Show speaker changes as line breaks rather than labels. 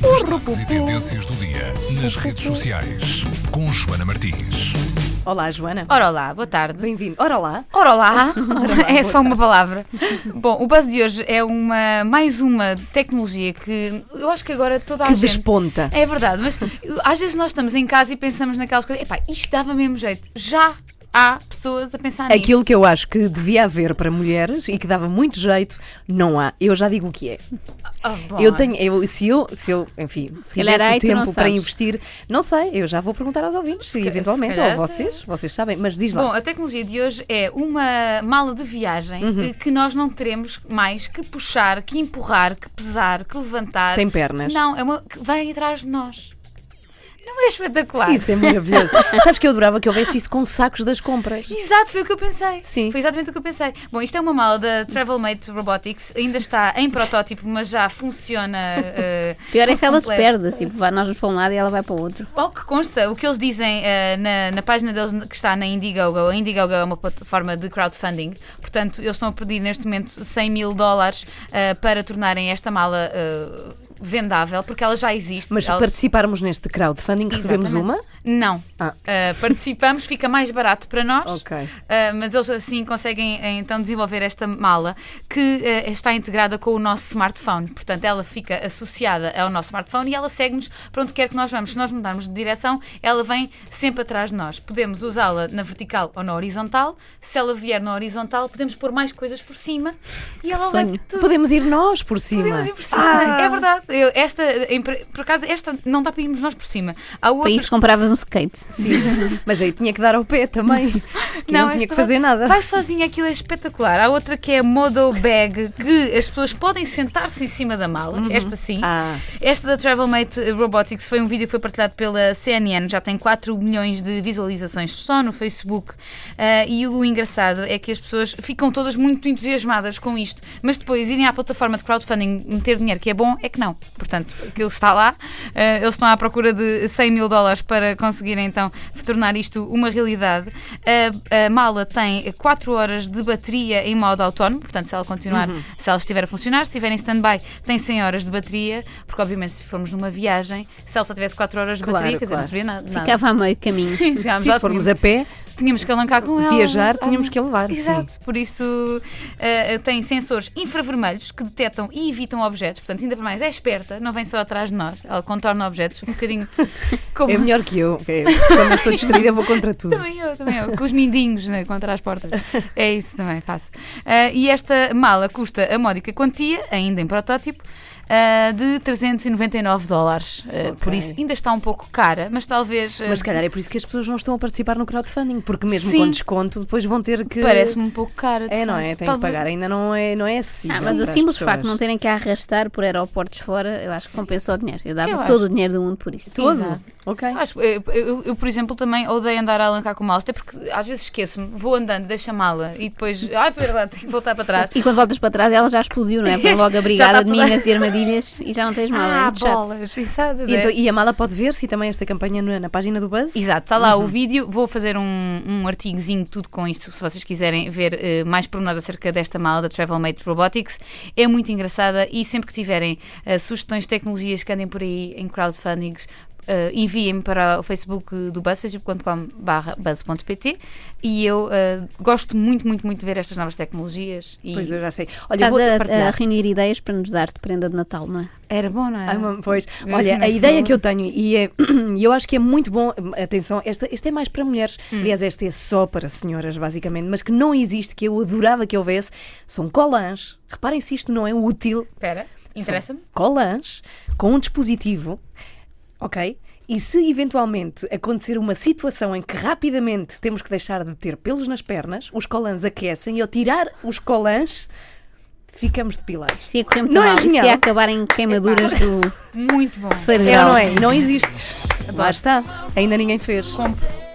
destaques e tendências do dia nas redes sociais com Joana Martins.
Olá, Joana.
Ora olá, boa tarde.
Bem-vindo. Ora lá.
Ora olá, é só uma palavra. Bom, o buzz de hoje é uma mais uma tecnologia que eu acho que agora toda a
Que
gente
desponta.
É verdade, mas às vezes nós estamos em casa e pensamos naquelas coisas, epá, isto dava mesmo jeito. Já há pessoas a pensar nisso.
Aquilo que eu acho que devia haver para mulheres e que dava muito jeito, não há. Eu já digo o que é.
Ah, bom.
Eu tenho, eu, se eu, se eu, enfim, se
calhar
tivesse
aí
o
tu não
tempo para
sabes.
investir, não sei, eu já vou perguntar aos ouvintes, e
ca-
eventualmente,
se
ou
calhar-
vocês, vocês sabem, mas diz lá.
Bom, a tecnologia de hoje é uma mala de viagem
Uhum.
eh, que nós não teremos mais que puxar, que empurrar, que pesar, que levantar.
Tem pernas.
Não, é uma que vem atrás de nós. Não é espetacular?
Isso é maravilhoso. Sabes que eu adorava que houvesse isso com sacos das compras.
Exato, foi o que eu pensei.
Sim.
Foi exatamente o que eu pensei. Bom, isto é uma mala da Travelmate Robotics, ainda está em protótipo, mas já funciona. eh,
Pior é se ela se
completo.
perde, tipo, vai- nós vamos para um lado e ela vai para o outro.
Ao que consta, o que eles dizem eh, na, na página deles que está na Indiegogo, a Indiegogo é uma plataforma de crowdfunding, portanto, eles estão a pedir neste momento 100 mil dólares eh, para tornarem esta mala eh, vendável, porque ela já existe.
Mas se
Ela-
participarmos neste crowdfunding, recebemos uma?
Exatamente. Não.
Ah.
Eh, participamos, fica mais barato para nós.
Ok.
Uh, mas eles assim conseguem eh, então desenvolver esta mala que eh, está integrada com o nosso smartphone. Portanto, ela fica associada ao nosso smartphone e ela segue-nos para onde quer que nós vamos. Se nós mudarmos de direção, ela vem sempre atrás de nós. Podemos usá-la na vertical ou na horizontal. Se ela vier na horizontal, podemos pôr mais coisas por cima e ela leva
sonho.
tudo.
Podemos ir nós por cima.
Podemos ir por cima. É verdade. Eu- esta, em- por acaso, esta não dá para irmos nós por cima. Há
Para
outros
isso compravas um skate.
Mas aí tinha que dar ao pé também. Que não, tinha
esta
que fazer
vai-
nada.
Vai sozinha, aquilo é espetacular. Há outra que é a Modo Bag, que as pessoas podem sentar-se em cima da mala. Esta sim.
Ah.
Esta da Travelmate Robotics foi um vídeo que foi partilhado pela CNN, já tem 4 milhões de visualizações só no Facebook. Ah, e o engraçado é que as pessoas ficam todas muito entusiasmadas com isto, mas depois irem à plataforma de crowdfunding meter dinheiro que é bom, é que não. Portanto, aquilo está lá, ah, eles estão à procura de 100 mil dólares para conseguirem então tornar isto uma realidade. A, a mala tem 4 horas de bateria em modo autónomo, portanto, se ela continuar,
Uhum.
se ela estiver a funcionar, se estiver em stand-by, tem 100 horas de bateria, porque obviamente se formos numa viagem, se ela só tivesse 4 horas de
Claro,
bateria, quer dizer,
claro.
não seria nada. nada.
Ficava a meio de caminho.
Chegámos lá,
Se formos a pé,
Tínhamos que alancar com ela.
viajar,
Ah,
tínhamos que a levar.
Exato, por isso eh, tem sensores infravermelhos que detectam e evitam objetos, portanto, ainda para mais é esperta, não vem só atrás de nós, ela contorna objetos um bocadinho como.
É melhor que eu. É, Quando eu estou distraída, eu vou contra tudo.
Também eu, também eu, com os mindinhos né, contra as portas. É isso também, faço. Eh, e esta mala custa a módica quantia, ainda em protótipo, eh, de 399 dólares. Eh, Por
Ok.
isso, ainda está um pouco cara, mas talvez. eh,
Mas se calhar é por isso que as pessoas não estão a participar no crowdfunding, porque mesmo
Sim.
com desconto depois vão ter que.
Parece-me um pouco cara. de
É, não é?
facto.
Tem que
Talvez-
pagar, ainda não é, não é acessível.
Ah, mas o
para as
simples facto de
pessoas.
não terem que arrastar por aeroportos fora, eu acho que compensa o dinheiro. Eu dava
Eu
todo
acho.
o dinheiro do mundo por isso.
Todo?
Exato.
Ok.
Acho- eu, eu- eu, por exemplo, também odeio andar a alancar com a mala, até porque às vezes esqueço-me, vou andando, deixo a mala e depois, ai, pera lá, tenho que voltar para trás.
E quando voltas para trás, ela já explodiu, não é? Foi logo a
Já
brigada
está
de
toda-
minas e armadilhas e já não tens mal. é
ah,
muito chato.
bolas, exato.
E,
é.
então- e a mala pode ver-se e também esta campanha na, na página do Buzz?
Exato, está lá o vídeo. Vou fazer um, um artigozinho, tudo com isto, se vocês quiserem ver eh, mais pormenores acerca desta mala da Travelmate Robotics. É muito engraçada e sempre que tiverem eh, sugestões de tecnologias que andem por aí em crowdfundings, eh, enviem-me para o Facebook do Buzz, facebook.com/buzz.pt e eu eh, gosto muito, muito, muito de ver estas novas tecnologias. E
Pois é. eu já sei. Olha, eu
Estás
vou
a, a
partilhar.
reunir ideias para nos dar de prenda de Natal, não é?
Era bom, não
Ah,
era?
mas, pois,
Eu
olha, a
imagino
ideia
ela.
que eu tenho, e é- e eu acho que é muito bom, atenção, esta, esta é mais para mulheres,
Hum.
aliás, esta é só para senhoras, basicamente, mas que não existe, que eu adorava que houvesse, são colãs. Reparem se isto não é útil.
Espera, interessa-me?
São Colãs com um dispositivo, ok? E se eventualmente acontecer uma situação em que rapidamente temos que deixar de ter pelos nas pernas, os colãs aquecem e ao tirar os colãs, ficamos depilados.
Se ia correr muito
Não é
mal, e se
genial?
ia acabar em queimaduras do
Muito bom.
terceiro
É ou
grau.
não é? Não existe. Lá está. Ainda ninguém fez.
Com